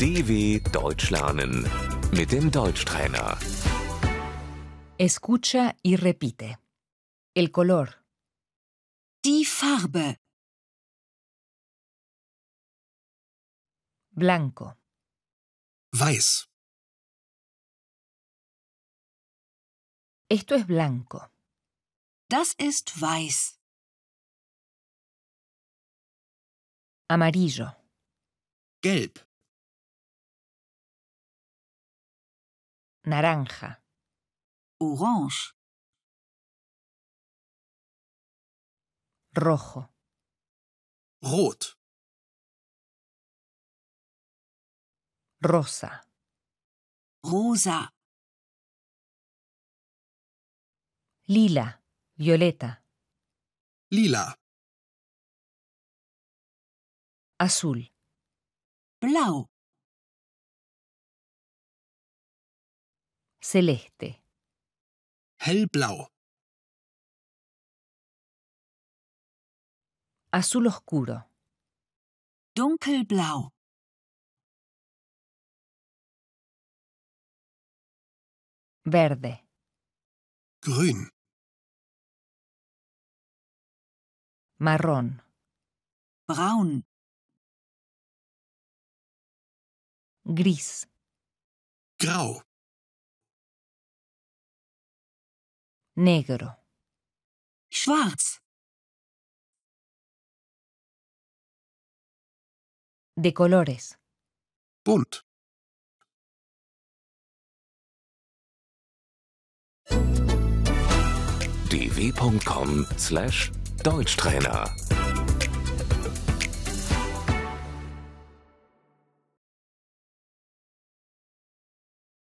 DW Deutsch lernen mit dem Deutschtrainer. Escucha y repite. El color, Die Farbe. blanco, Weiß. esto es blanco, Das ist weiß. amarillo, Gelb. naranja, Orange. rojo, Rot. rosa, Rosa. lila, violeta, Lila. azul, Blau. celeste, Hellblau. azul oscuro, Dunkelblau. verde, Grün. marrón, Braun. gris, Grau. negro, Schwarz. de colores, Bunt. dw.com/deutschtrainer